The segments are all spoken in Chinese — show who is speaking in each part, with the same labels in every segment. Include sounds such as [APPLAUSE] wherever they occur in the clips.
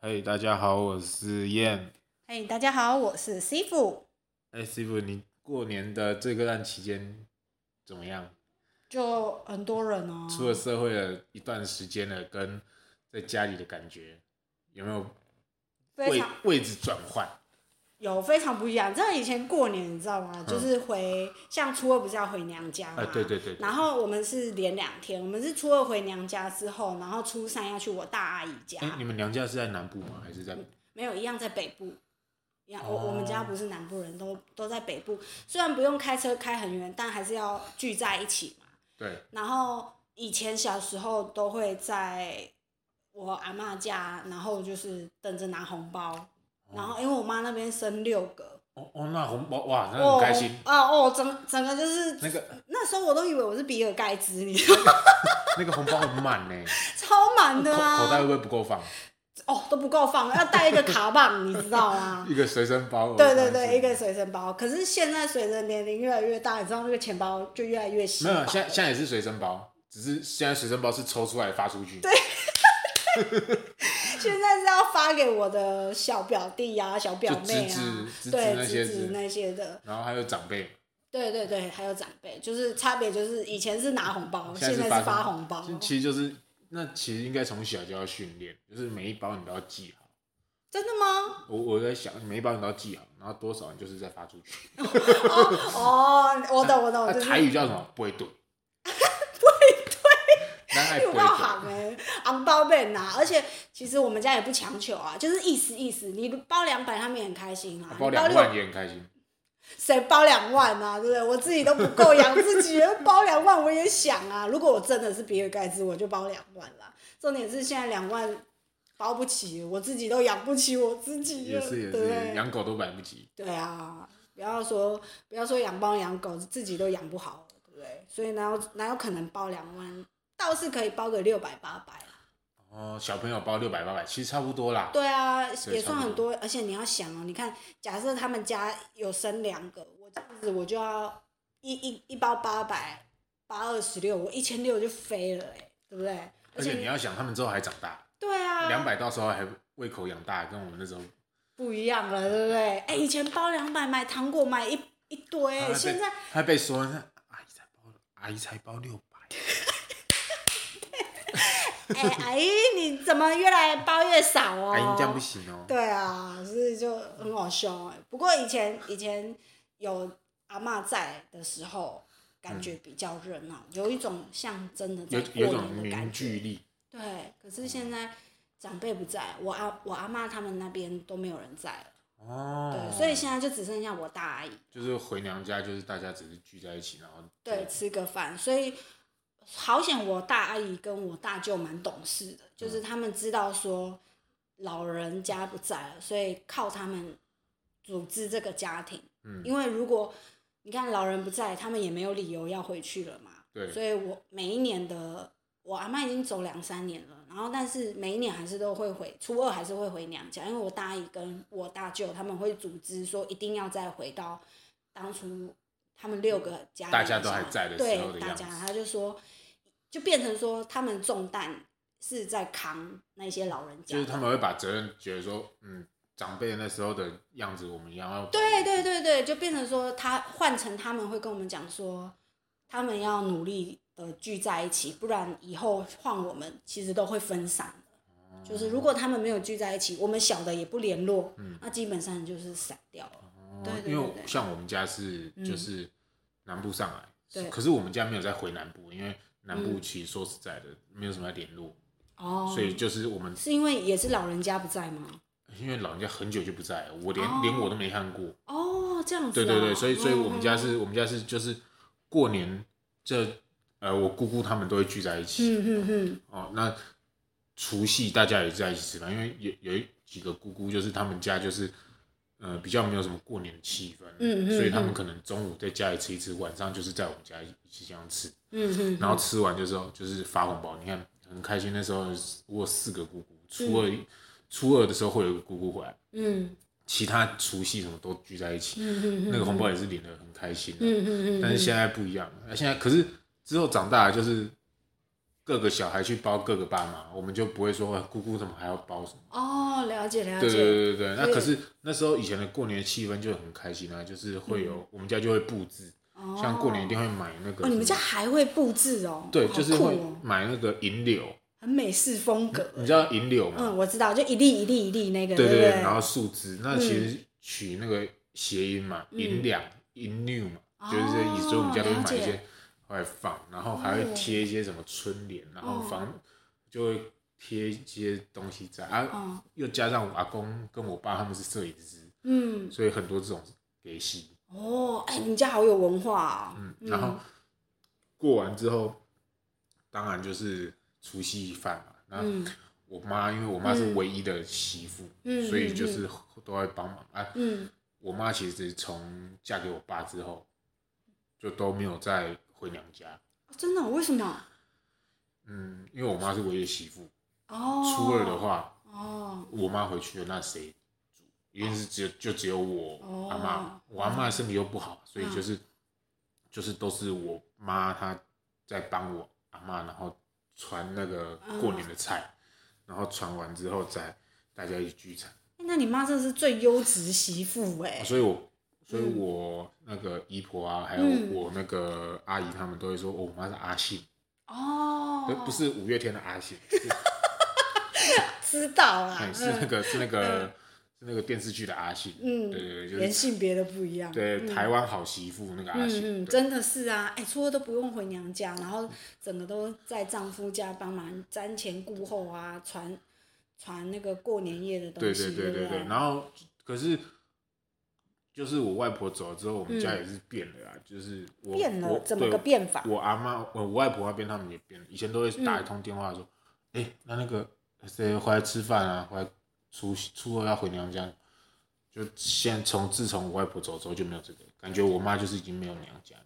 Speaker 1: 嗨，大家好，我是燕。
Speaker 2: 嘿、大家好，我是师傅。
Speaker 1: 哎、师傅，你过年的这个段期间怎么样？
Speaker 2: 就很多人哦，
Speaker 1: 出了社会了一段时间了，跟在家里的感觉有没有
Speaker 2: 非
Speaker 1: 位
Speaker 2: 常啊
Speaker 1: 位置转换？
Speaker 2: 有非常不一样。你知道以前过年你知道吗？就是回像初二不是要回娘家
Speaker 1: 啊，
Speaker 2: 吗？
Speaker 1: 嗯对对对对
Speaker 2: 然后我们是连两天，我们是初二回娘家之后，然后初三要去我大阿姨家，
Speaker 1: 哎、你们娘家是在南部吗？还是在北？
Speaker 2: 没有一样在北部。一样，我
Speaker 1: 哦
Speaker 2: 我们家不是南部人，都都在北部。虽然不用开车开很远，但还是要聚在一起嘛。
Speaker 1: 对，
Speaker 2: 然后以前小时候都会在我阿嬷家，然后就是等着拿红包。然后因为我妈那边生六个，
Speaker 1: 哦哦，那红包哇，那
Speaker 2: 哦
Speaker 1: 很开心。
Speaker 2: 哦哦，整整个就是
Speaker 1: 那个
Speaker 2: 那时候我都以为我是比尔盖茨，你知道吗 [LAUGHS]
Speaker 1: 那个红包很满呢、
Speaker 2: 啊超满的
Speaker 1: 口口袋
Speaker 2: 啊
Speaker 1: 会，不会不够放？
Speaker 2: 哦都不够放，要带一个卡棒，你知
Speaker 1: [LAUGHS]
Speaker 2: 道吗？
Speaker 1: 一个随身包。
Speaker 2: 对对对，一
Speaker 1: 个。
Speaker 2: 个随身包。可是现在随着年龄越来越大，你知道那个钱包就越来越小。
Speaker 1: 没有，现在现在也是随身包，只是现在随身包是抽出来发出去。对，
Speaker 2: 现在是要发给我的小表弟呀、小表妹
Speaker 1: 就
Speaker 2: 啊
Speaker 1: 侄子侄，子
Speaker 2: 对
Speaker 1: 那些
Speaker 2: 侄子
Speaker 1: 子
Speaker 2: 那些的，
Speaker 1: 然后还有长辈，
Speaker 2: 对对对，还有长辈，就是差别就是以前是拿红包，哦现
Speaker 1: 在
Speaker 2: 在
Speaker 1: 是
Speaker 2: 是发红包。
Speaker 1: 就其实就是那其实应该从小就要训练，就是每一包你都要记好。
Speaker 2: 真的吗？
Speaker 1: 我我在想，每一包你都要记好，然后多少你就是再发出去。
Speaker 2: 哦，我懂我懂，
Speaker 1: 那
Speaker 2: 就是
Speaker 1: 啊台语叫什么？不
Speaker 2: [LAUGHS]
Speaker 1: 会对，不会对，男孩
Speaker 2: 有
Speaker 1: 不
Speaker 2: 到
Speaker 1: 会
Speaker 2: 行哎，红包被拿，而且其实我们家也不强求啊，就是意思意思，你包两百他们也很开心啊，
Speaker 1: 对，包
Speaker 2: 你包
Speaker 1: 两
Speaker 2: 六
Speaker 1: 万也很开心。
Speaker 2: 谁包两万啊？对不对？我自己都不够养自己， [LAUGHS] 包两万我也想啊。如果我真的是比尔盖茨，我就包两万啦。重点是现在两万包不起，我自己都养不起我自己
Speaker 1: 也
Speaker 2: 了，
Speaker 1: 是也
Speaker 2: 对不
Speaker 1: 是，
Speaker 2: 对？
Speaker 1: 养狗都买不起。
Speaker 2: 对啊，不要说不要说养猫养狗，自己都养不好，对不对？所以哪有哪有可能包两万？倒是可以包个六百八百啦。
Speaker 1: 哦，小朋友包六百八百，其实差不多啦。
Speaker 2: 对啊，也
Speaker 1: 差
Speaker 2: 算
Speaker 1: 不
Speaker 2: 很多。而且你要想哦，你看，假设他们家有生两个，我这样子我就要一一一包八百，八二十六，我一千六就飞了、欸，对不对？
Speaker 1: 而且你要想，他们之后还长大，
Speaker 2: 对啊，
Speaker 1: 两百到时候还胃口养大，跟我们那时候
Speaker 2: 不一样了，对不对？哎、以前包两百买糖果买一一堆、欸
Speaker 1: 他被
Speaker 2: 现在
Speaker 1: 他被说那阿姨才包，阿姨才包六百，
Speaker 2: 哎、阿姨你怎么越来包越少哦？
Speaker 1: 阿姨这样不行哦。
Speaker 2: 对啊，所以就很好笑哎、不过以前以前有阿嬷在的时候，感觉比较热闹，有一种像真的
Speaker 1: 有
Speaker 2: 在
Speaker 1: 有一
Speaker 2: 过
Speaker 1: 种
Speaker 2: 年的
Speaker 1: 凝
Speaker 2: 感觉。
Speaker 1: 聚力，
Speaker 2: 对，可是现在长辈不在，我阿我阿嬷他们那边都没有人在了，
Speaker 1: 哦，
Speaker 2: 对，所以现在就只剩下我大阿姨，
Speaker 1: 就是回娘家，就是大家只是聚在一起，然后
Speaker 2: 对，吃个饭，所以。好险，我大阿姨跟我大舅蛮懂事的，就是他们知道说老人家不在了，所以靠他们组织这个家庭。
Speaker 1: 嗯，
Speaker 2: 因为如果你看老人不在，他们也没有理由要回去了嘛。
Speaker 1: 对，
Speaker 2: 所以我每一年的我阿妈已经走两三年了，然后但是每一年还是都会回，初二还是会回娘家，因为我大姨跟我大舅他们会组织说一定要再回到当初他们六个家里
Speaker 1: 大家
Speaker 2: 的
Speaker 1: 都还
Speaker 2: 小孩
Speaker 1: 在的时
Speaker 2: 对
Speaker 1: 候的
Speaker 2: 大
Speaker 1: 样
Speaker 2: 家，
Speaker 1: 子
Speaker 2: 他就说就变成说他们重担是在扛那些老人家
Speaker 1: 就
Speaker 2: 的，
Speaker 1: 是他们会把责任觉得说，嗯，长辈那时候的样子，我们也要
Speaker 2: 对对对对，就变成说他换成他们会跟我们讲说，他们要努力的聚在一起，不然以后换我们其实都会分散的。就是如果他们没有聚在一起，我们小的也不联络，那基本上就是散掉了。
Speaker 1: 哦
Speaker 2: 对对对
Speaker 1: 因为
Speaker 2: 对嗯
Speaker 1: 像我们家是就是南部上来，
Speaker 2: 对嗯
Speaker 1: 可是我们家没有再回南部，因为南部其实说实在的，没有什么在联络，
Speaker 2: 哦
Speaker 1: 所以就是我们
Speaker 2: 是因为也是老人家不在吗？
Speaker 1: 因为老人家很久就不在了，我连、
Speaker 2: 哦
Speaker 1: 连我都没看过。
Speaker 2: 哦，这样
Speaker 1: 对
Speaker 2: 子、啊。
Speaker 1: 对对，所以所以
Speaker 2: 嗯
Speaker 1: 我们家是、我们家是就是过年这呃，我姑姑他们都会聚在一起、
Speaker 2: 嗯嗯嗯，
Speaker 1: 哦。那除夕大家也在一起吃饭，因为有有一几个姑姑就是他们家就是呃比较没有什么过年的气氛，
Speaker 2: 嗯嗯
Speaker 1: 所以他们
Speaker 2: 嗯
Speaker 1: 可能中午在家里吃一吃，晚上就是在我们家一起这样吃，
Speaker 2: 嗯嗯
Speaker 1: 然后吃完就是就是发红包，你看很开心。那时候我有四个姑姑，初二、初二的时候会有一个姑姑回来。
Speaker 2: 嗯
Speaker 1: 其他除夕什么都聚在一起，
Speaker 2: 嗯
Speaker 1: 那个红包也是领的很开心、啊。
Speaker 2: 嗯嗯嗯，
Speaker 1: 但是现在不一样了，现在可是之后长大了就是各个小孩去包各个爸妈，我们就不会说呃姑姑怎么还要包什么。
Speaker 2: 哦，了解了
Speaker 1: 对对
Speaker 2: 解，
Speaker 1: 对对对，那
Speaker 2: 对
Speaker 1: 可是那时候以前的过年气氛就很开心啊，就是会有、我们家就会布置，
Speaker 2: 哦
Speaker 1: 像过年一定会买那个
Speaker 2: 哦，你们
Speaker 1: 什
Speaker 2: 家
Speaker 1: 么
Speaker 2: 还会布置哦，
Speaker 1: 对，
Speaker 2: 好
Speaker 1: 就是
Speaker 2: 酷
Speaker 1: 会
Speaker 2: 哦，
Speaker 1: 买那个银柳，
Speaker 2: 很美式风格。
Speaker 1: 你知道银柳吗？
Speaker 2: 嗯，我知道，就一粒一粒一粒那个，
Speaker 1: 对
Speaker 2: 不
Speaker 1: 对，
Speaker 2: 对？
Speaker 1: 然后树枝，那其实取那个谐音嘛，
Speaker 2: 嗯
Speaker 1: 银两、银六嘛，就是这意思。所以我们家都会买一
Speaker 2: 哦了
Speaker 1: 些
Speaker 2: 解
Speaker 1: 回来放，然后还会贴一些什么春联，然后
Speaker 2: 嗯
Speaker 1: 房就会贴一些东西在啊
Speaker 2: 哦，
Speaker 1: 又加上我阿公跟我爸他们是摄影师，
Speaker 2: 嗯，
Speaker 1: 所以很多这种给戏，
Speaker 2: 哦，哎，你们家好有文化哦。
Speaker 1: 嗯，然后过完之后，当然就是除夕饭嘛，那。
Speaker 2: 嗯
Speaker 1: 我妈，因为我妈是唯一的媳妇，
Speaker 2: 嗯
Speaker 1: 所以就是都会帮忙啊。
Speaker 2: 嗯，
Speaker 1: 我妈其实从嫁给我爸之后，就都没有再回娘家。
Speaker 2: 真的哦？为什么？
Speaker 1: 嗯，因为我妈是唯一的媳妇，
Speaker 2: 哦，
Speaker 1: 初二的话，
Speaker 2: 哦，
Speaker 1: 我妈回去了，那谁煮？一定是只有就只有我
Speaker 2: 哦嗯
Speaker 1: 阿妈，我阿妈身体又不好，所以就是、就是都是我妈她在帮我阿妈，然后传那个过年的菜，
Speaker 2: 嗯
Speaker 1: 然后传完之后再大家一起聚餐。啊
Speaker 2: 哎那你妈真的是最优质媳妇哎、
Speaker 1: 所以我所以我那个姨婆啊，还有
Speaker 2: 嗯
Speaker 1: 我那个阿姨，他们都会说，哦我妈是阿信，呃
Speaker 2: 哦，
Speaker 1: 不是五月天的阿
Speaker 2: [LAUGHS]
Speaker 1: 信，是
Speaker 2: 知道啦，
Speaker 1: 哎是那个是那个是那个电视剧的阿信，
Speaker 2: 嗯，
Speaker 1: 对对对，就
Speaker 2: 连
Speaker 1: 是
Speaker 2: 性别的不一样，
Speaker 1: 对台湾好媳妇那个阿
Speaker 2: 嗯
Speaker 1: 信，
Speaker 2: 嗯，
Speaker 1: 对
Speaker 2: 真的是啊，哎、初二都不用回娘家，然后整个都在丈夫家帮忙瞻前顾后啊，传传那个过年夜的东
Speaker 1: 对
Speaker 2: 西，
Speaker 1: 对
Speaker 2: 对
Speaker 1: 对对
Speaker 2: 不
Speaker 1: 对，然后可是。就是我外婆走了之后，我们家也是变了啊。就是我
Speaker 2: 嗯变
Speaker 1: 我
Speaker 2: 了，怎么
Speaker 1: 对
Speaker 2: 个变法？嗯
Speaker 1: 我阿妈、我我外婆那边他们也变了，以前都会打一通电话说，哎、那那个谁回来吃饭啊，回来初初二要回娘家，就现从自从我外婆走之后就没有这个感觉，我妈就是已经没有娘家了。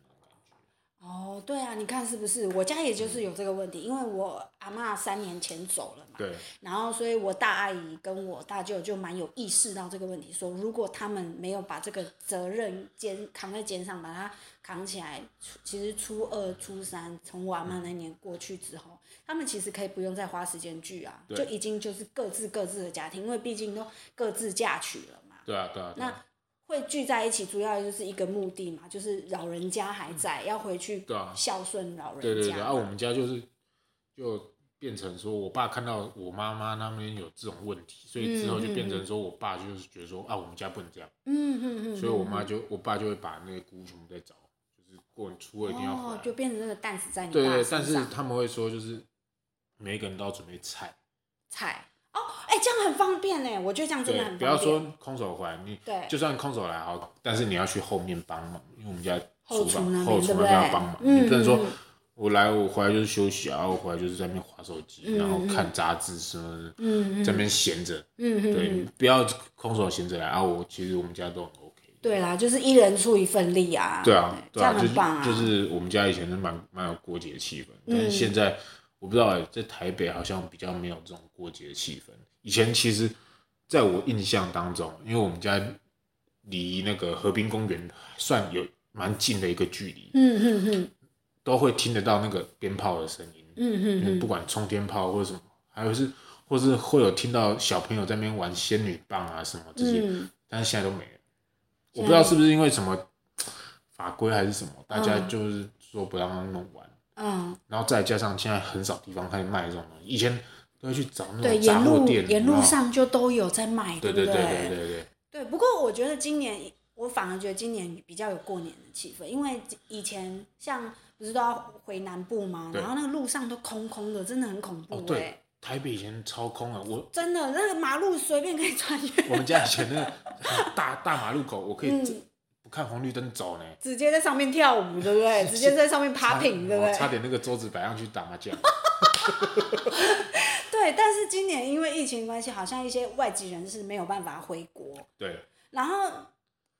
Speaker 2: 哦，对啊，你看是不是？我家也就是有这个问题，因为我阿嬷三年前走了嘛，
Speaker 1: 对，
Speaker 2: 然后，所以我大阿姨跟我大舅就蛮有意识到这个问题，说如果他们没有把这个责任肩扛在肩上，把它扛起来，初其实初二、初三，从我阿
Speaker 1: 嗯
Speaker 2: 妈那年过去之后，他们其实可以不用再花时间聚啊，
Speaker 1: 对
Speaker 2: 就已经就是各自各自的家庭，因为毕竟都各自嫁娶了嘛。
Speaker 1: 对啊，对啊，对
Speaker 2: 那
Speaker 1: 啊，
Speaker 2: 会聚在一起，主要就是一个目的嘛，就是老人家还在，要回去
Speaker 1: 嗯对啊
Speaker 2: 孝顺老人家。
Speaker 1: 对对对。啊，我们家就是就变成说我爸看到我妈妈那边有这种问题，所以之后就变成说我爸就是觉得说啊，我们家不能这样，
Speaker 2: 嗯嗯嗯。
Speaker 1: 所以我
Speaker 2: 嗯
Speaker 1: 妈就我爸就会把那个姑全部再找，就是过年初二一定要回来。
Speaker 2: 哦，就变成那个担子在你
Speaker 1: 对
Speaker 2: 爸
Speaker 1: 对，
Speaker 2: 身
Speaker 1: 但是
Speaker 2: 上。
Speaker 1: 他们会说，就是每一个人都要准备菜，
Speaker 2: 菜哦，哎、这样很方便呢，我觉得这样真
Speaker 1: 对
Speaker 2: 的，很方便。
Speaker 1: 不要说空手回来，你
Speaker 2: 对
Speaker 1: 就算空手来好，但是你要去后面帮忙，因为我们家
Speaker 2: 后
Speaker 1: 厨
Speaker 2: 厨
Speaker 1: 房
Speaker 2: 那边
Speaker 1: 后
Speaker 2: 对
Speaker 1: 厨那
Speaker 2: 不
Speaker 1: 边要
Speaker 2: 对
Speaker 1: 帮忙，
Speaker 2: 嗯
Speaker 1: 你不能说
Speaker 2: 嗯嗯
Speaker 1: 我来我回来就是休息啊，我回来就是在那边划手机，然后看杂志什么的，
Speaker 2: 嗯
Speaker 1: 在那边闲着，
Speaker 2: 嗯嗯，
Speaker 1: 对，不要空手闲着来啊。我其实我们家都很 OK，
Speaker 2: 对啦，就是一人出一份力啊。
Speaker 1: 对啊，
Speaker 2: 这
Speaker 1: 对啊，
Speaker 2: 样
Speaker 1: 就
Speaker 2: 很
Speaker 1: 是
Speaker 2: 棒啊。嗯
Speaker 1: 就是我们家以前是蛮蛮有过节的气氛，但是现在我不知道欸在台北好像比较没有这种过节的气氛。以前其实在我印象当中，因为我们家离那个河滨公园算有蛮近的一个距离，
Speaker 2: 嗯嗯嗯
Speaker 1: 都会听得到那个鞭炮的声音，
Speaker 2: 嗯嗯
Speaker 1: 嗯，不管冲天炮或者什么，还有是或是会有听到小朋友在那边玩仙女棒啊什么这些，
Speaker 2: 嗯，
Speaker 1: 但是现在都没了。我不知道是不是因为什么法规还是什么，大家就是说不让他弄玩，
Speaker 2: 嗯，
Speaker 1: 然后再加上现在很少地方开始卖这种东西，以前都会去找那
Speaker 2: 对，
Speaker 1: 种
Speaker 2: 沿
Speaker 1: 杂货
Speaker 2: 路
Speaker 1: 店，
Speaker 2: 沿路
Speaker 1: 有没有，
Speaker 2: 上就都有在卖，
Speaker 1: 对
Speaker 2: 不
Speaker 1: 对对对对对，
Speaker 2: 对，不过我觉得今年，我反而觉得今年比较有过年的气氛，因为以前像不是都要回南部吗？
Speaker 1: 对
Speaker 2: 然后那个路上都空空的，真的很恐怖
Speaker 1: 哦
Speaker 2: 哎、
Speaker 1: 对，台北以前超空啊，我
Speaker 2: 真的那个马路随便可以穿越， [LAUGHS]
Speaker 1: 我们家以前那个 [LAUGHS] 大大马路口，我可以
Speaker 2: 嗯
Speaker 1: 这不看红绿灯走呢，
Speaker 2: 直接在上面跳舞，对不对？直接在上面
Speaker 1: 差
Speaker 2: 爬平，对不
Speaker 1: 我哦差
Speaker 2: 对？
Speaker 1: 点那个桌子摆上去打麻
Speaker 2: [LAUGHS]
Speaker 1: 将，
Speaker 2: 对，但是今年因为疫情关系，好像一些外籍人士没有办法回国，
Speaker 1: 对，
Speaker 2: 然后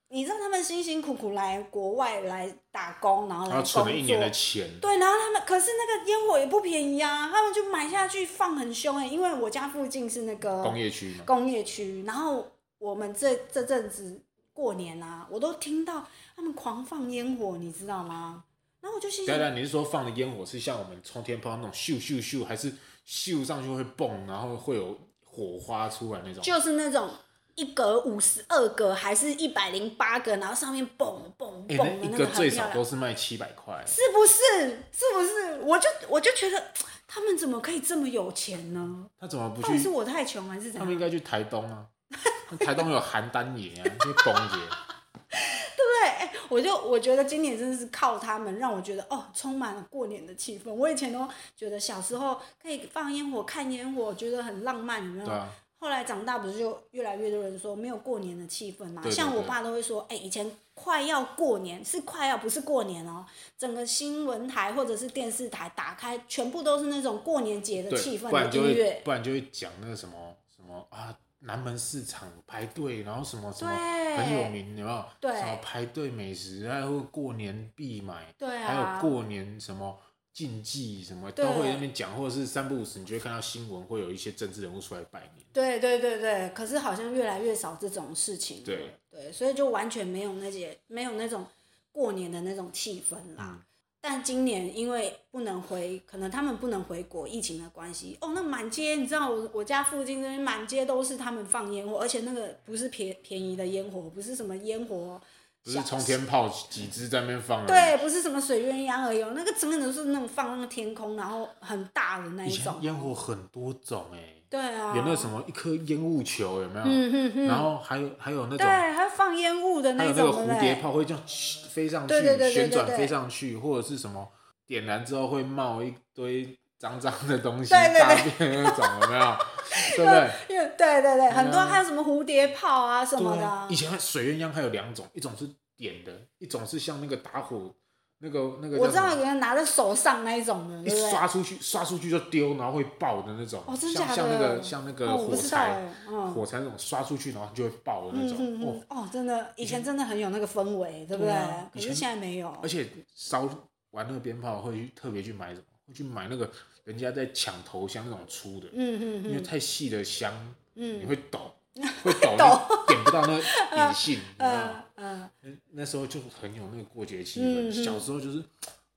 Speaker 2: 你知道他们辛辛苦苦来国外来打工，然后
Speaker 1: 然
Speaker 2: 来
Speaker 1: 后
Speaker 2: 工
Speaker 1: 存了一年的
Speaker 2: 作。
Speaker 1: 钱，
Speaker 2: 对，然后他们可是那个烟火也不便宜啊，他们就买下去放很凶哎、因为我家附近是那个
Speaker 1: 工业区嘛，
Speaker 2: 工业区，然后我们这这阵子过年啊，我都听到他们狂放烟火，你知道吗？然后我就心
Speaker 1: 当
Speaker 2: 想，
Speaker 1: 然，你是说放的烟火是像我们冲天炮那种咻咻咻，还是咻上去会蹦，然后会有火花出来那种？
Speaker 2: 就是那种一格五十二格还是一百零八格，然后上面蹦蹦
Speaker 1: 哎、
Speaker 2: 蹦的
Speaker 1: 那一
Speaker 2: 个
Speaker 1: 个
Speaker 2: 很
Speaker 1: 最
Speaker 2: 漂
Speaker 1: 少
Speaker 2: 亮
Speaker 1: 都，是卖七百块，
Speaker 2: 是不是？是不是？我就我就觉得他们怎么可以这么有钱呢？
Speaker 1: 他怎么不
Speaker 2: 到底是
Speaker 1: 去？
Speaker 2: 我太穷还是怎
Speaker 1: 他们
Speaker 2: 样？
Speaker 1: 应该去台东啊，台东有邯郸爷
Speaker 2: [LAUGHS]
Speaker 1: 啊，去崩爷。
Speaker 2: 哦对，哎、我就我觉得今年真的是靠他们，让我觉得哦，充满了过年的气氛。我以前都觉得小时候可以放烟火、看烟火，觉得很浪漫，有没有？
Speaker 1: 对啊，
Speaker 2: 后来长大，不是就越来越多人说没有过年的气氛嘛？
Speaker 1: 对对
Speaker 2: 像我
Speaker 1: 对
Speaker 2: 爸都会说，哎、以前快要过年是快要，不是过年哦。整个新闻台或者是电视台打开，全部都是那种过年节的气
Speaker 1: 对，
Speaker 2: 氛
Speaker 1: 不然
Speaker 2: 的
Speaker 1: 就
Speaker 2: 音
Speaker 1: 会
Speaker 2: 乐。
Speaker 1: 不然就会讲那个什么什么啊，南门市场排队，然后什么什么
Speaker 2: 对
Speaker 1: 很有名，有没有？
Speaker 2: 对
Speaker 1: 什么排队美食，还有过年必买，
Speaker 2: 对啊
Speaker 1: 还有过年什么。禁忌什么
Speaker 2: 对
Speaker 1: 都会在那边讲，或者是三不五时，你就会看到新闻会有一些政治人物出来拜年。
Speaker 2: 对对对对，可是好像越来越少这种事情了。
Speaker 1: 对
Speaker 2: 对，所以就完全没有那些没有那种过年的那种气氛啦。
Speaker 1: 嗯
Speaker 2: 但今年因为不能回，可能他们不能回国，疫情的关系，哦，那满街，你知道我我家附近这边满街都是他们放烟火，而且那个不是便便宜的烟火，不是什么烟火，
Speaker 1: 不是冲天炮几只在那边放而已，
Speaker 2: 对，不是什么水鸳鸯而已哦，那个整个都是那种放那个天空，然后很大的那
Speaker 1: 以
Speaker 2: 一
Speaker 1: 前
Speaker 2: 种，
Speaker 1: 烟火很多种哎、
Speaker 2: 对啊，
Speaker 1: 有那个什么一颗烟雾球有没有？然后还有还有那
Speaker 2: 嗯对，
Speaker 1: 种
Speaker 2: 还有放烟雾的
Speaker 1: 还有
Speaker 2: 那
Speaker 1: 那个
Speaker 2: 种，对不
Speaker 1: 蝴
Speaker 2: 对
Speaker 1: 蝶炮会这样嘘飞上去，
Speaker 2: 对对对对
Speaker 1: 旋转
Speaker 2: 对对
Speaker 1: 飞上去，或者是什么点燃之后会冒一堆脏脏的东西，
Speaker 2: 对对对
Speaker 1: 大便那种，有没有？ [LAUGHS] 对不对？
Speaker 2: 因为对对对，很多还有什么蝴蝶炮啊什么
Speaker 1: 对
Speaker 2: 的
Speaker 1: 啊
Speaker 2: 啊，
Speaker 1: 以前水鸳鸯还有两种，一种是点的，一种是像那个打火那个那个叫
Speaker 2: 我
Speaker 1: 什
Speaker 2: 知道
Speaker 1: 么
Speaker 2: 有人拿在手上那一种的，
Speaker 1: 一
Speaker 2: 对不对？
Speaker 1: 刷出去，刷出去就丢，然后会爆的那种，
Speaker 2: 哦真的
Speaker 1: 像
Speaker 2: 假
Speaker 1: 像那
Speaker 2: 的
Speaker 1: 个像那个
Speaker 2: 哦我
Speaker 1: 火
Speaker 2: 不知道
Speaker 1: 柴
Speaker 2: 哎，嗯
Speaker 1: 火柴那种刷出去，然后就会爆的那种。
Speaker 2: 嗯
Speaker 1: 哦
Speaker 2: 嗯，哦，真的，以前真的很有那个氛围，对不对
Speaker 1: 对啊？
Speaker 2: 可
Speaker 1: 以
Speaker 2: 是
Speaker 1: 前
Speaker 2: 现在没有，
Speaker 1: 而且烧玩那个鞭炮会去特别去买什么？会去买那个人家在抢头香那种粗的，
Speaker 2: 嗯嗯
Speaker 1: 因为太细的香，
Speaker 2: 嗯
Speaker 1: 你会
Speaker 2: [LAUGHS]
Speaker 1: 抖，会抖，你点不到那个野性，你知道吗？
Speaker 2: 嗯嗯，
Speaker 1: 那那时候就很有那个过节气
Speaker 2: 嗯
Speaker 1: 氛。
Speaker 2: 嗯
Speaker 1: 小时候就是，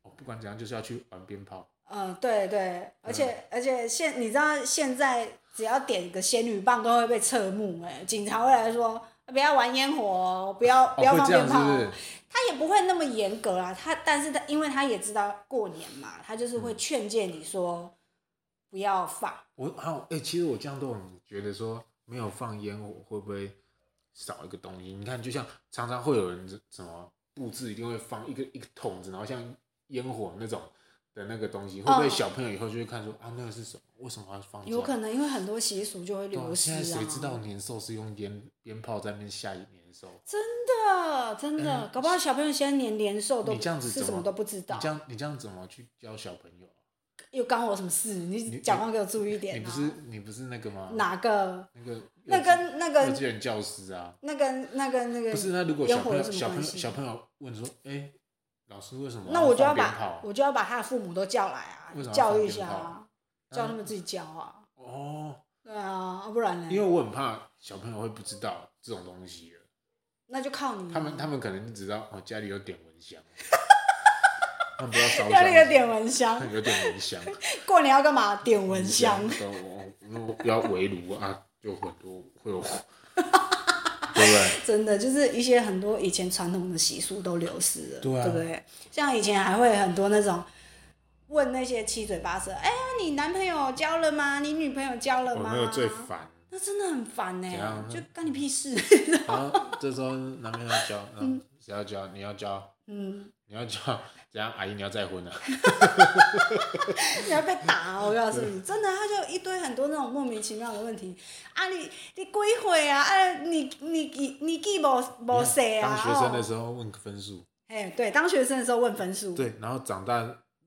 Speaker 1: 哦，不管怎样就是要去玩鞭炮，
Speaker 2: 嗯，对对，
Speaker 1: 嗯
Speaker 2: 而且而且现你知道现在只要点个仙女棒都会被侧目，哎，警察会来说不要玩烟火哦，不要
Speaker 1: 哦，
Speaker 2: 不要
Speaker 1: 会
Speaker 2: 放
Speaker 1: 这
Speaker 2: 鞭
Speaker 1: 样
Speaker 2: 炮
Speaker 1: 是不
Speaker 2: 哦
Speaker 1: 是，？
Speaker 2: 他也不会那么严格啦，他但是他因为他也知道过年嘛，他就是
Speaker 1: 嗯
Speaker 2: 会劝诫你说不要放，
Speaker 1: 我还有哎、欸其实我这样都很觉得说，没有放烟火会不会少一个东西？你看，就像常常会有人什么布置，一定会放一个一个桶子，然后像烟火那种的那个东西，会不会
Speaker 2: 嗯
Speaker 1: 小朋友以后就会看说啊，那个是什么？为什么要放这样？
Speaker 2: 有可能因为很多习俗就会
Speaker 1: 对啊
Speaker 2: 流失
Speaker 1: 现
Speaker 2: 啊。
Speaker 1: 在谁知道年兽是用烟鞭炮在那边吓年兽？
Speaker 2: 啊，真的，搞不好小朋友现在连连寿都
Speaker 1: 嗯你这样子
Speaker 2: 是
Speaker 1: 怎
Speaker 2: 什么都不知道
Speaker 1: 你这，样你这样怎么去教小朋友啊？
Speaker 2: 又干我什么事？你
Speaker 1: 你
Speaker 2: 讲话给我注意一点、啊。
Speaker 1: 你不是你不是那个吗？
Speaker 2: 哪个？
Speaker 1: 那个幼稚
Speaker 2: 那跟那
Speaker 1: 幼
Speaker 2: 个
Speaker 1: 稚园教师啊，
Speaker 2: 那个那个那个
Speaker 1: 不是，那如果
Speaker 2: 烟
Speaker 1: 小
Speaker 2: 火
Speaker 1: 朋
Speaker 2: 有
Speaker 1: 友
Speaker 2: 什
Speaker 1: 小朋友
Speaker 2: 么关系
Speaker 1: 小朋友问说，哎、老师为什么
Speaker 2: 那
Speaker 1: 要
Speaker 2: 我就要
Speaker 1: 放鞭
Speaker 2: 把
Speaker 1: 炮啊
Speaker 2: 我就要把他的父母都叫来啊
Speaker 1: 为什么，要
Speaker 2: 教
Speaker 1: 放
Speaker 2: 育一
Speaker 1: 鞭
Speaker 2: 下啊，叫他们自己教啊。
Speaker 1: 哦，
Speaker 2: 对啊，啊不然呢？
Speaker 1: 因为我很怕小朋友会不知道这种东西了，
Speaker 2: 那就靠你啊。
Speaker 1: 他们他们可能只知道哦家里有点蚊
Speaker 2: [LAUGHS]
Speaker 1: 香，他们不要烧
Speaker 2: 要那个
Speaker 1: 香，
Speaker 2: 点蚊
Speaker 1: [LAUGHS]
Speaker 2: 香，
Speaker 1: 有点蚊香，啊
Speaker 2: 过年要干嘛？点蚊香。 [LAUGHS]
Speaker 1: 对我哦我我不要围炉啊，就很多会有火， [LAUGHS] 对不
Speaker 2: [LAUGHS]
Speaker 1: 对？
Speaker 2: 真的就是一些很多以前传统的习俗都流失了，
Speaker 1: 对啊
Speaker 2: 不对？像以前还会很多那种问那些七嘴八舌，哎呀，你男朋友交了吗？你女朋友交了
Speaker 1: 我
Speaker 2: 吗？
Speaker 1: 哦那个最烦，
Speaker 2: 那真的很烦呢、
Speaker 1: 怎样
Speaker 2: 就干你屁事。 [LAUGHS]
Speaker 1: 然后这时候男朋友教，嗯，谁要教？你要教，
Speaker 2: 嗯，
Speaker 1: 你要教，怎样？阿姨你要再婚啊？
Speaker 2: 你要被打哦，我告诉你，真的，他就一堆很多那种莫名其妙的问题啊，你你几岁啊？啊，你你你你记无无岁啊？
Speaker 1: 当学生的
Speaker 2: 候，
Speaker 1: 时候问分数，
Speaker 2: 哎，对，当学生的时候问分数，
Speaker 1: 对，然后长大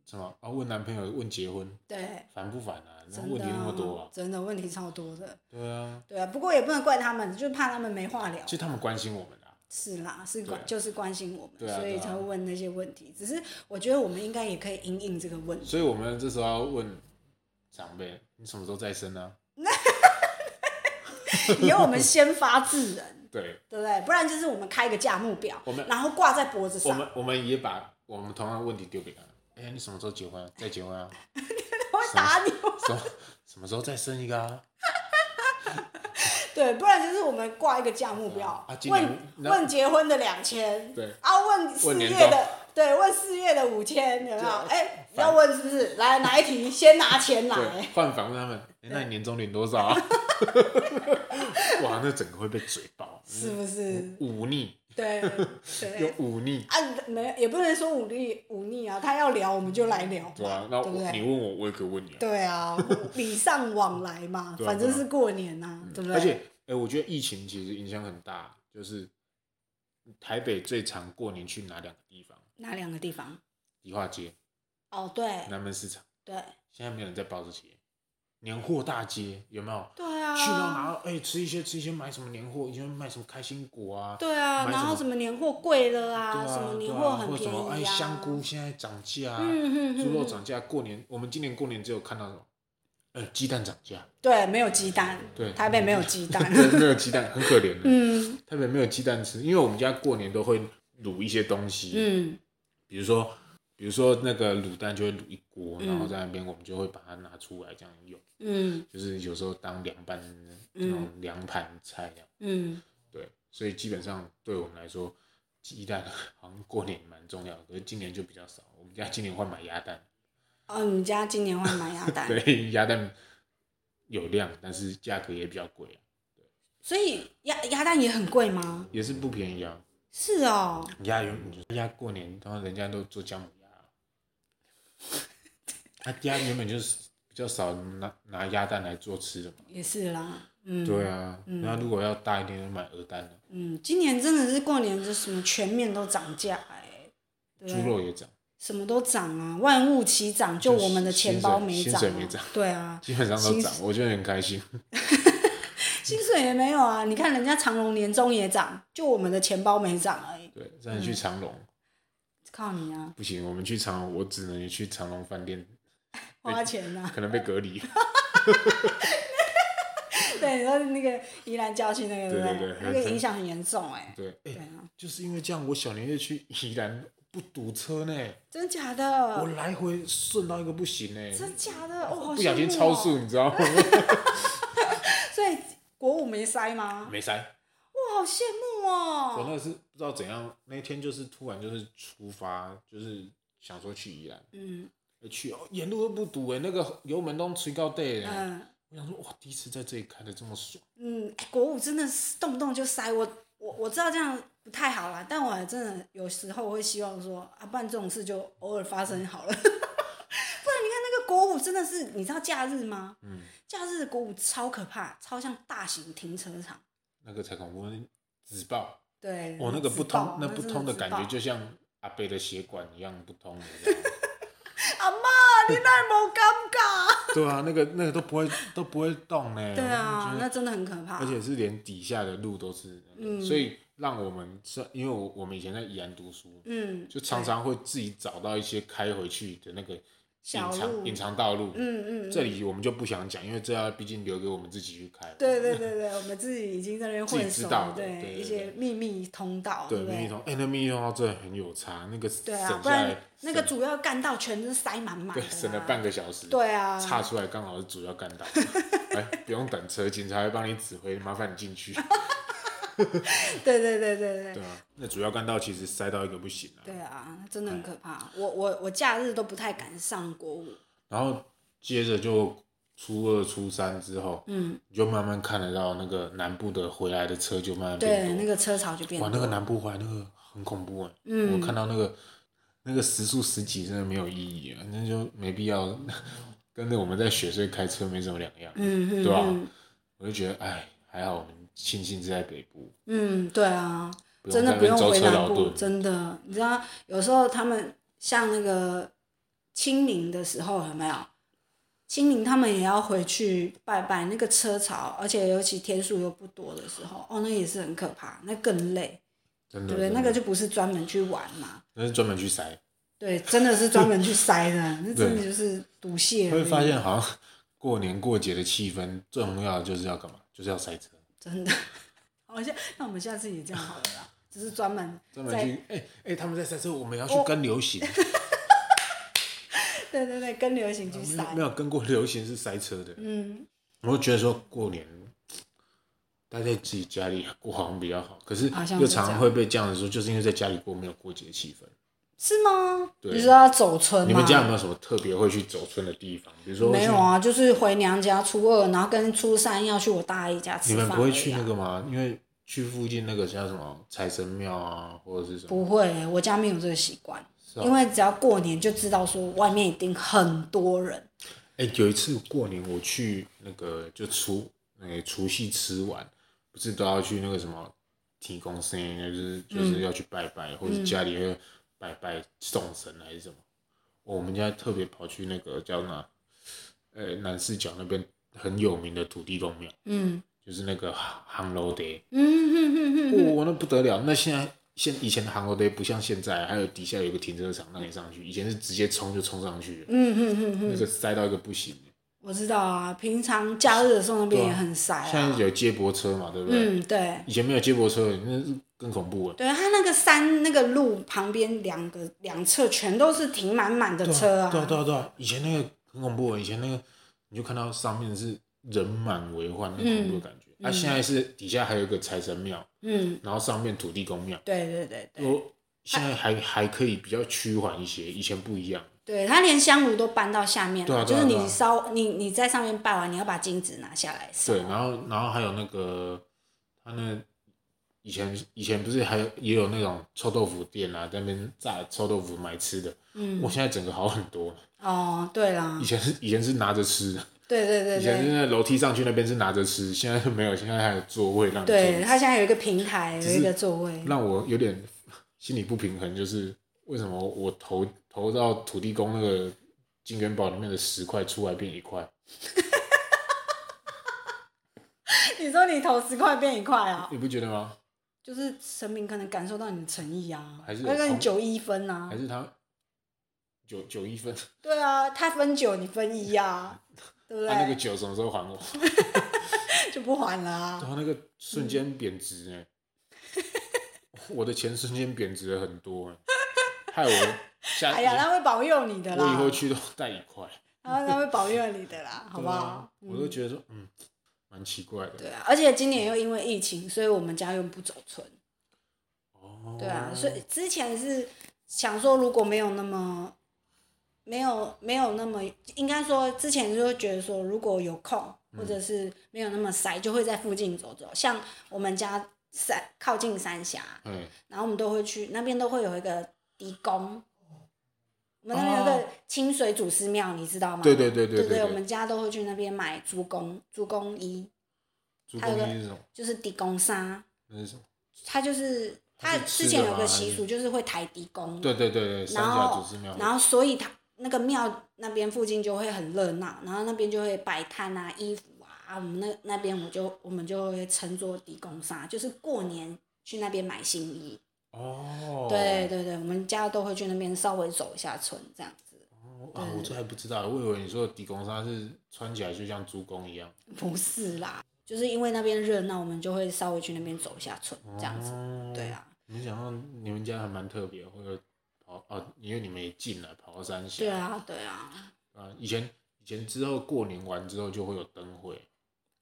Speaker 1: 什么啊？问男朋友，问结婚，
Speaker 2: 对，
Speaker 1: 烦不烦啊？那
Speaker 2: 真的
Speaker 1: 问题那么多
Speaker 2: 啊
Speaker 1: 啊？
Speaker 2: 真的问题超多的。
Speaker 1: 对啊，
Speaker 2: 对啊，不过也不能怪他们，就是怕他们没话聊
Speaker 1: 其。实他们关心我们啊，
Speaker 2: 是啦，是
Speaker 1: 对啊
Speaker 2: 关就是关心我
Speaker 1: 对
Speaker 2: 们，
Speaker 1: 啊
Speaker 2: 所以
Speaker 1: 对啊
Speaker 2: 才会问那些问题。只是我觉得我们应该也可以因应这个
Speaker 1: [LAUGHS]
Speaker 2: 问题。
Speaker 1: 所以我们这时候要问长辈，你什么时候再生呢、
Speaker 2: 以后我们先发制人，
Speaker 1: 对，
Speaker 2: 对不对？不然就是我们开一个价目表
Speaker 1: 我们，
Speaker 2: 然后挂在脖子
Speaker 1: 我
Speaker 2: 上。
Speaker 1: 们我们也把我们同样的问题丢给他。哎、你什么时候结婚、啊？再结婚啊？
Speaker 2: 他 [LAUGHS] 会打你，
Speaker 1: 什么什么时候再生一个啊？
Speaker 2: 对，不然就是我们挂一个价目表
Speaker 1: 啊，今年
Speaker 2: 问
Speaker 1: 那
Speaker 2: 问结婚的两千，
Speaker 1: 对
Speaker 2: 啊，问四
Speaker 1: 问年
Speaker 2: 月
Speaker 1: 终
Speaker 2: 的，对，问四月的五千，有没有？
Speaker 1: 对
Speaker 2: 哎，
Speaker 1: 反
Speaker 2: 要问是不是？来哪一题？ [LAUGHS] 先拿钱
Speaker 1: 对
Speaker 2: 来，，
Speaker 1: 换反问他们，哎那你年终领多少啊？ [LAUGHS] 哇，那整个会被嘴爆，
Speaker 2: 是不是？
Speaker 1: 忤逆 [LAUGHS]
Speaker 2: 对
Speaker 1: 又
Speaker 2: 对，
Speaker 1: 忤逆，
Speaker 2: 啊，没也不能说忤逆忤逆啊，他要聊我们就来聊嘛，
Speaker 1: 对啊，那
Speaker 2: 对不
Speaker 1: 我你
Speaker 2: 对？
Speaker 1: 问我，我也可以问你啊。
Speaker 2: 对啊，礼尚往来嘛，
Speaker 1: 对啊
Speaker 2: 反正是过年呐、对不对？
Speaker 1: 而且，哎、我觉得疫情其实影响很大，就是台北最常过年去哪两个地方？
Speaker 2: 哪两个地方？
Speaker 1: 迪化街、
Speaker 2: 哦，对
Speaker 1: 南门市场，
Speaker 2: 对
Speaker 1: 现在没有人在包这些。年货大街有没有？
Speaker 2: 对啊，
Speaker 1: 去到哪？哎、吃一些吃一些，买什么年货？以前买什么开心果啊？
Speaker 2: 对啊，
Speaker 1: 买
Speaker 2: 然后
Speaker 1: 什
Speaker 2: 什么年货贵了啊，
Speaker 1: 对啊，
Speaker 2: 什么
Speaker 1: 对
Speaker 2: 年
Speaker 1: 啊
Speaker 2: 货很
Speaker 1: 或什
Speaker 2: 便
Speaker 1: 么哎，
Speaker 2: 宜啊，
Speaker 1: 香菇现在涨价啊，
Speaker 2: 嗯嗯嗯
Speaker 1: 猪肉
Speaker 2: 嗯
Speaker 1: 涨价。过年我们今年过年只有看到
Speaker 2: [LAUGHS]
Speaker 1: 什么？呃，鸡蛋涨价，
Speaker 2: 对，没有鸡蛋，
Speaker 1: 对嗯
Speaker 2: 台北没有
Speaker 1: [LAUGHS]
Speaker 2: 鸡蛋，
Speaker 1: 对，没有鸡蛋，很可怜的。
Speaker 2: [LAUGHS] 嗯
Speaker 1: 台北没有鸡蛋吃，因为我们家过年都会卤一些东西，
Speaker 2: 嗯
Speaker 1: 比如说，比如说那个卤蛋就会卤一锅，
Speaker 2: 嗯
Speaker 1: 然后在那边我们就会把它拿出来这样用，
Speaker 2: 嗯
Speaker 1: 就是有时候当凉拌那种凉盘菜这样。
Speaker 2: 嗯，
Speaker 1: 对，所以基本上对我们来说，鸡蛋好像过年蛮重要的，可是今年就比较少。我们家今年会买鸭蛋，
Speaker 2: 哦，你们家今年会买鸭蛋，
Speaker 1: 对，鸭蛋有量，但是价格也比较贵啊，
Speaker 2: 所以鸭鸭蛋也很贵吗？
Speaker 1: 也是不便宜啊。
Speaker 2: 是哦，
Speaker 1: 鸭原本就是鸭过年，然后人家都做姜母鸭， [LAUGHS] 那、鸭原本就是比较少拿拿鸭蛋来做吃的嘛。
Speaker 2: 也是啦，嗯，
Speaker 1: 对啊，那、如果要大一点，就买鹅蛋了，
Speaker 2: 嗯，今年真的是过年，就什么全面都涨价哎，对
Speaker 1: 猪肉也涨，
Speaker 2: 什么都涨啊，万物齐涨，就
Speaker 1: 就是
Speaker 2: 我们的钱包没
Speaker 1: 薪
Speaker 2: 涨、
Speaker 1: 水
Speaker 2: 啊
Speaker 1: 没涨，
Speaker 2: 对
Speaker 1: [LAUGHS]
Speaker 2: 啊，
Speaker 1: 基本上都涨，我觉得很开心。 [LAUGHS]
Speaker 2: 薪水也没有啊！你看人家长隆年终也涨，就我们的钱包没涨而已。
Speaker 1: 对，真
Speaker 2: 嗯
Speaker 1: 的去长隆。
Speaker 2: 靠你啊，
Speaker 1: 不行，我们去长隆，我只能去长隆饭店， [LAUGHS]
Speaker 2: 花钱啊！ [LAUGHS]
Speaker 1: 可能被隔离。 [LAUGHS]
Speaker 2: 对，你说那个宜兰郊区那个，
Speaker 1: 对
Speaker 2: 不
Speaker 1: 对对
Speaker 2: 那个影响很严重哎、
Speaker 1: 对，哎、
Speaker 2: 对啊，
Speaker 1: 就是因为这样，我小年夜去宜兰不堵车呢，
Speaker 2: 真假
Speaker 1: 我
Speaker 2: 的？
Speaker 1: 来回顺到一个不行呢，
Speaker 2: 嗯真假的？哦，好
Speaker 1: 不
Speaker 2: 羡慕
Speaker 1: 小
Speaker 2: 哦
Speaker 1: 心超速，你知道吗？ [LAUGHS]
Speaker 2: 所以国五没塞吗？
Speaker 1: 没塞，
Speaker 2: 哇，好羡慕
Speaker 1: 我
Speaker 2: 哦！
Speaker 1: 那个是不知道怎样，那一天就是突然就是出发，就是想说去宜兰，
Speaker 2: 嗯
Speaker 1: 去哦，沿路都不堵哎，那个油门都吹到地了。
Speaker 2: 嗯
Speaker 1: 我想说哇，第一次在这里开的这么爽，
Speaker 2: 嗯，哎国五真的是动不动就塞，我我我知道这样不太好啦，但我还真的有时候会希望说啊，不然这种事就偶尔发生好了。 [LAUGHS] 不然你看那个国五真的是，你知道假日吗？
Speaker 1: 嗯，
Speaker 2: 假日的国五超可怕，超像大型停车场。
Speaker 1: 那个才恐怖，自爆。
Speaker 2: 对，
Speaker 1: 哦我那个不
Speaker 2: 自嗯爆
Speaker 1: 通，那不
Speaker 2: 真
Speaker 1: 通的
Speaker 2: 自
Speaker 1: 感
Speaker 2: 爆
Speaker 1: 觉就像阿贝的血管一样 [LAUGHS] 不通，你知道吗
Speaker 2: 阿妈，你那么尴尬。
Speaker 1: 对啊，那个那个都不会都不会动呢。
Speaker 2: 对
Speaker 1: 嗯
Speaker 2: 啊
Speaker 1: 就，是
Speaker 2: 那真的很可怕。
Speaker 1: 而且是连底下的路都是那个，
Speaker 2: 嗯
Speaker 1: 所以让我们是因为我我们以前在宜兰读书，
Speaker 2: 嗯，
Speaker 1: 就常常会自己找到一些开回去的那个
Speaker 2: 小
Speaker 1: 隐
Speaker 2: 路
Speaker 1: 藏隐藏道路。
Speaker 2: 嗯嗯嗯，
Speaker 1: 这里我们就不想讲，因为这要毕竟留给我们自己去开。
Speaker 2: 对对对对，我们自己已经在那边
Speaker 1: 自己
Speaker 2: 混
Speaker 1: 知
Speaker 2: 熟
Speaker 1: 道的
Speaker 2: 了，
Speaker 1: 对对对
Speaker 2: 一些秘密通道，
Speaker 1: 对，
Speaker 2: 不对
Speaker 1: 密？通，哎，那密通道真的很有差，那个
Speaker 2: 对
Speaker 1: 省
Speaker 2: 啊，不
Speaker 1: 下
Speaker 2: 然
Speaker 1: 来
Speaker 2: 那个主要干道全是塞满满的、
Speaker 1: 对
Speaker 2: 啊，
Speaker 1: 省了半个小时。
Speaker 2: 对啊，
Speaker 1: 岔出来刚好是主要干
Speaker 2: [LAUGHS]
Speaker 1: 道，哎，不用等车，警察会帮你指挥，麻烦你进
Speaker 2: [LAUGHS]
Speaker 1: 去。
Speaker 2: 对对对对对
Speaker 1: 对啊，那主要干道其实塞到一个不行啊。
Speaker 2: 对啊，真的很可怕。
Speaker 1: 哎
Speaker 2: 我我我假日都不太敢上国五，
Speaker 1: 然后接着就初二、初三之后，
Speaker 2: 嗯，
Speaker 1: 你就慢慢看得到那个南部的回来的车就慢慢
Speaker 2: 对，
Speaker 1: 变
Speaker 2: 那
Speaker 1: 多。
Speaker 2: 个车潮就变
Speaker 1: 哦哇
Speaker 2: 多，，
Speaker 1: 那个南部回来那个很恐怖哎、
Speaker 2: 嗯
Speaker 1: 我看到那个那个时速十几真的没有意义啊，那就没必要， [LAUGHS] 跟着我们在雪隧开车没什么两样。
Speaker 2: 嗯嗯
Speaker 1: 对啊
Speaker 2: 嗯
Speaker 1: 我就觉得哎，还好我们庆幸是在北部。
Speaker 2: 嗯，对啊，
Speaker 1: 不用
Speaker 2: 真
Speaker 1: 在
Speaker 2: 的
Speaker 1: 那
Speaker 2: 不
Speaker 1: 边
Speaker 2: 用
Speaker 1: 舟
Speaker 2: 回
Speaker 1: 车
Speaker 2: 南
Speaker 1: 劳
Speaker 2: 部，
Speaker 1: 顿
Speaker 2: 真的，你知道有时候他们像那个清明的时候有没有？清明他们也要回去拜拜，那个车潮，而且尤其天数又不多的时候，哦，那也是很可怕，那更累，
Speaker 1: 真
Speaker 2: 对
Speaker 1: 的，
Speaker 2: 不对？
Speaker 1: 真
Speaker 2: 那
Speaker 1: 的
Speaker 2: 个就不是专门去玩嘛，
Speaker 1: 那是专门去塞，
Speaker 2: 对，真的是专门去塞的，那真的就是毒
Speaker 1: 你
Speaker 2: 蟹而
Speaker 1: 会
Speaker 2: 已，
Speaker 1: 发现好像过年过节的气氛最重要的就是要干嘛？就是要塞车。
Speaker 2: 真的好像那我们下次也这样好了啦，就是专门
Speaker 1: 专门去哎哎、他们在赛车，我们要去跟流
Speaker 2: [LAUGHS]
Speaker 1: 行，
Speaker 2: 对对对，跟流行去
Speaker 1: 没
Speaker 2: 塞
Speaker 1: 啊有。没有跟过流行是塞车的。
Speaker 2: 嗯，
Speaker 1: 我就觉得说过年待在自己家里过好像比较好，可是
Speaker 2: 好像是
Speaker 1: 又
Speaker 2: 这
Speaker 1: 常
Speaker 2: 样
Speaker 1: 常会被这样子说，就是因为在家里过没有过节气氛。
Speaker 2: 是吗？
Speaker 1: 对
Speaker 2: 你说要走村吗？
Speaker 1: 你们家有没有什么特别会去走村的地方？比如说
Speaker 2: 没有
Speaker 1: 去
Speaker 2: 啊，就是回娘家初二，然后跟初三要去我大姨家吃
Speaker 1: 你
Speaker 2: 饭而已啊。
Speaker 1: 们不会去那个吗？因为去附近那个像什么财神庙啊，或者是什么？
Speaker 2: 不会，我家没有这个习惯，
Speaker 1: 是啊
Speaker 2: 因为只要过年就知道说外面一定很多人。
Speaker 1: 哎、有一次过年我去那个就除那个除夕吃完，不是都要去那个什么提公生，就是
Speaker 2: 嗯
Speaker 1: 就是要去拜拜，或者家里会拜拜送神还是什么。我们家特别跑去那个叫那，呃、南四角那边很有名的土地公庙，
Speaker 2: 嗯
Speaker 1: 就是那个杭杭楼爹。
Speaker 2: 嗯哼哼哼哼，
Speaker 1: 我、那不得了！那现在现以前的韩国队不像现在，还有底下有一个停车场让你上去，以前是直接冲就冲上去了，
Speaker 2: 嗯哼哼哼，
Speaker 1: 那个塞到一个不行。
Speaker 2: 我知道啊，平常假日的时候那边也很塞
Speaker 1: 现在
Speaker 2: 啊。
Speaker 1: 有接驳车嘛，对不对？
Speaker 2: 嗯，对，
Speaker 1: 以前没有接驳车，那是更恐怖了。
Speaker 2: 对，它那个山那个路旁边两个两侧全都是停满满的车啊。
Speaker 1: 对啊对啊对啊！以前那个很恐怖，以前那个你就看到上面是人满为患，很恐怖的感觉。那、现在是底下还有一个财神庙，
Speaker 2: 嗯，
Speaker 1: 然后上面土地公庙，
Speaker 2: 对对对对，
Speaker 1: 我现在还还可以比较趋缓一些，以前不一样。
Speaker 2: 对，它连香炉都搬到下面
Speaker 1: 对
Speaker 2: 了，
Speaker 1: 啊
Speaker 2: 就
Speaker 1: 对啊
Speaker 2: 是
Speaker 1: 对
Speaker 2: 你
Speaker 1: 啊
Speaker 2: 烧你你在上面拜完，你要把金纸拿下来烧
Speaker 1: 对，。然后然后还有那个他那以前以前不是还有也有那种臭豆腐店啊，在那边炸臭豆腐买吃的。
Speaker 2: 嗯
Speaker 1: 我现在整个好很多了，
Speaker 2: 哦，对啦
Speaker 1: 以，前是以前是拿着吃的，
Speaker 2: 对对对
Speaker 1: 以前是
Speaker 2: 对，
Speaker 1: 在楼梯上去那边是拿着吃，现在就没有，现在还有座位让你
Speaker 2: 对，
Speaker 1: 坐
Speaker 2: 它现在有一个平台，有
Speaker 1: 是
Speaker 2: 一个座位。
Speaker 1: 让我有点心里不平衡，就是为什么我投投到土地公那个金元宝里面的十块出来变一块？
Speaker 2: 你说你投十块变一块啊？
Speaker 1: 你不觉得吗？
Speaker 2: 就是神明可能感受到你的诚意啊，
Speaker 1: 还是
Speaker 2: 会跟你
Speaker 1: 同
Speaker 2: 九一分啊
Speaker 1: 还。是他九九一分？
Speaker 2: 对啊，他分九你分
Speaker 1: [LAUGHS]
Speaker 2: 一啊，对不对？啊
Speaker 1: 他、那个九什么时候还我？
Speaker 2: 就不还了啊。
Speaker 1: 然后那个瞬间贬值哎、
Speaker 2: 嗯
Speaker 1: 我的钱瞬间贬值了很多
Speaker 2: [LAUGHS]
Speaker 1: 哎、害我下
Speaker 2: 哎呀，他会保佑你的啦，
Speaker 1: 啊我以后去都带一块，
Speaker 2: 然后他会保佑你的啦，好不
Speaker 1: 对
Speaker 2: 好
Speaker 1: 啊？我都觉得说嗯，蛮奇怪的
Speaker 2: 对啊，而且今年又因为疫情，所以我们家又不走村。
Speaker 1: 哦。
Speaker 2: 对啊，所以之前是想说，如果没有那么没有没有那么，应该说之前就会觉得说，如果有空
Speaker 1: 嗯
Speaker 2: 或者是没有那么塞，就会在附近走走。像我们家山靠近三峡，
Speaker 1: 哎，
Speaker 2: 然后我们都会去那边都会有一个地宫。我们那边有个
Speaker 1: 哦
Speaker 2: 清水祖师庙，你知道吗？
Speaker 1: 对对对
Speaker 2: 对
Speaker 1: 对对对
Speaker 2: 我们家都会去那边买猪公猪公衣，
Speaker 1: 朱
Speaker 2: 还有
Speaker 1: 公
Speaker 2: 个
Speaker 1: 一是什么？
Speaker 2: 就是地公纱，
Speaker 1: 那是什么？
Speaker 2: 它就是它
Speaker 1: 它是吃的
Speaker 2: 之前有
Speaker 1: 吗还
Speaker 2: 个习
Speaker 1: 是
Speaker 2: 俗，就是会抬地公，
Speaker 1: 对对对对，三
Speaker 2: 然
Speaker 1: 峡
Speaker 2: 后
Speaker 1: 祖师庙。
Speaker 2: 然后所以它那个庙那边附近就会很热闹，然后那边就会摆摊啊、衣服啊，啊我们那那边我就我们就会称作地公纱，就是过年去那边买新衣。
Speaker 1: 哦，
Speaker 2: 对对对，我们家都会去那边稍微走一下村这样子。
Speaker 1: 哦啊，我这还不知道，我以为你说的地公山是穿起来就像猪公一样。
Speaker 2: 不是啦，就是因为那边热闹，我们就会稍微去那边走一下村这样子。
Speaker 1: 哦
Speaker 2: 对啊，
Speaker 1: 没想到你们家还蛮特别，会有跑哦，因为你们也近了，跑到三峡。
Speaker 2: 对啊，对啊，
Speaker 1: 啊，以前以前之后过年完之后就会有灯会，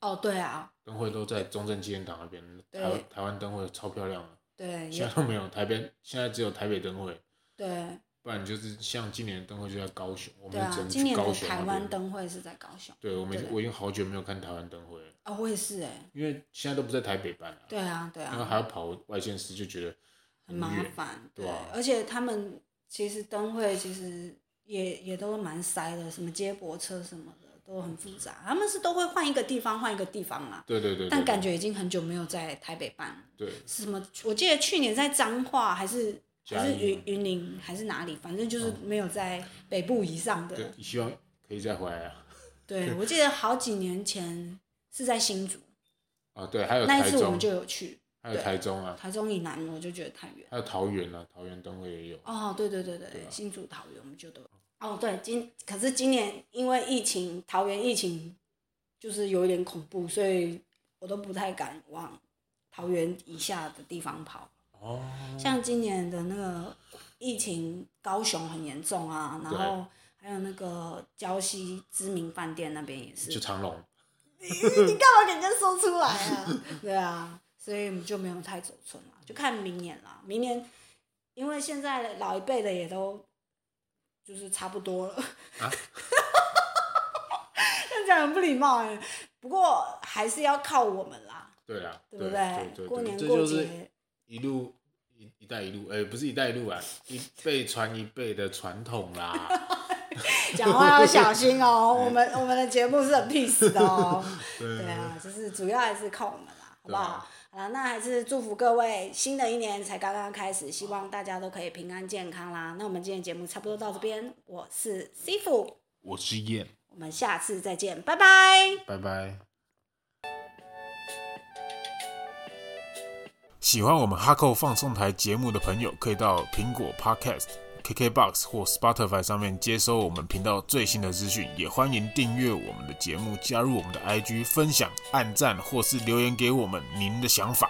Speaker 2: 哦，对啊，
Speaker 1: 灯会都在中正纪念堂那边，
Speaker 2: 对
Speaker 1: 台台湾灯会超漂亮的，
Speaker 2: 对，
Speaker 1: 现
Speaker 2: 也
Speaker 1: 在都没有，台北现在只有台北灯会，
Speaker 2: 对。
Speaker 1: 不然就是像今年的灯会就在高雄，我
Speaker 2: 对
Speaker 1: 们
Speaker 2: 啊
Speaker 1: 只，能
Speaker 2: 今
Speaker 1: 去
Speaker 2: 年
Speaker 1: 高
Speaker 2: 的
Speaker 1: 雄
Speaker 2: 台
Speaker 1: 那
Speaker 2: 湾
Speaker 1: 边。
Speaker 2: 灯会是在高雄。
Speaker 1: 对，我们
Speaker 2: 对
Speaker 1: 我已经好久没有看台湾灯会了，
Speaker 2: 啊、我也是哎、
Speaker 1: 因为现在都不在台北办了、
Speaker 2: 对啊，对
Speaker 1: 然后
Speaker 2: 啊，
Speaker 1: 还要跑外县市，就觉得
Speaker 2: 很麻
Speaker 1: 远
Speaker 2: 烦。
Speaker 1: 对啊
Speaker 2: 而且他们其实灯会其实也也都蛮塞的，什么接驳车什么的都很复杂。他们是都会换一个地方，换一个地方啦。
Speaker 1: 对对对对
Speaker 2: 但
Speaker 1: 对
Speaker 2: 感觉已经很久没有在台北办，
Speaker 1: 对
Speaker 2: 什么？我记得去年在彰化还是还是
Speaker 1: 嘉义嗯
Speaker 2: 云云林还是哪里，反正就是没有在北部以上的。
Speaker 1: 对，希望可以再回来啊。
Speaker 2: 对，我记得好几年前是在新竹，
Speaker 1: 啊，对，还有
Speaker 2: 那
Speaker 1: 台
Speaker 2: 一次我
Speaker 1: 中，
Speaker 2: 们就有去。
Speaker 1: 还有台中啊，
Speaker 2: 台中以南我就觉得太远。
Speaker 1: 还有桃园啊，桃园灯会也有。
Speaker 2: 哦，对对对对，
Speaker 1: 啊
Speaker 2: 新竹桃园我们就都有。哦，对，今可是今年因为疫情，桃园疫情就是有一点恐怖，所以我都不太敢往桃园以下的地方跑。
Speaker 1: 哦，
Speaker 2: 像今年的那个疫情，高雄很严重啊，然
Speaker 1: 对
Speaker 2: 后还有那个礁溪知名饭店那边也是，
Speaker 1: 就长隆，
Speaker 2: [LAUGHS] 你
Speaker 1: 嗯
Speaker 2: 干嘛给人家说出
Speaker 1: [LAUGHS]
Speaker 2: 来啊？对啊，所以我们就没有太走村了，就看明年啦。明年，因为现在老一辈的也都就是差不多了。
Speaker 1: 啊
Speaker 2: [LAUGHS] 这样讲很不礼貌哎、不过还是要靠我们啦，
Speaker 1: 对啊，
Speaker 2: 对不
Speaker 1: 对对对，
Speaker 2: 过年
Speaker 1: 这
Speaker 2: 过
Speaker 1: 就是
Speaker 2: 节，
Speaker 1: 一路一一带一路，哎、不是一带一路啊，一辈传一辈的传统
Speaker 2: [LAUGHS]
Speaker 1: 啦。
Speaker 2: 讲话要小心哦、我们我们的节目是很 peace 的哦、
Speaker 1: [LAUGHS] 对
Speaker 2: 对啊，就是主要还是靠我们啦，好不
Speaker 1: 对
Speaker 2: 好
Speaker 1: 啊？
Speaker 2: 好啦，那还是祝福各位新的一年才刚刚开始，希望大家都可以平安健康啦。那我们今天节目差不多到这边，我是 C 傅，
Speaker 1: 我是燕，
Speaker 2: 我们下次再见，拜拜。
Speaker 1: 拜拜。喜欢我们哈扣放送台节目的朋友，可以到苹果 Podcast、KKBox 或 Spotify 上面接收我们频道最新的资讯。也欢迎订阅我们的节目，加入我们的 IG，分享、按赞或是留言给我们您的想法。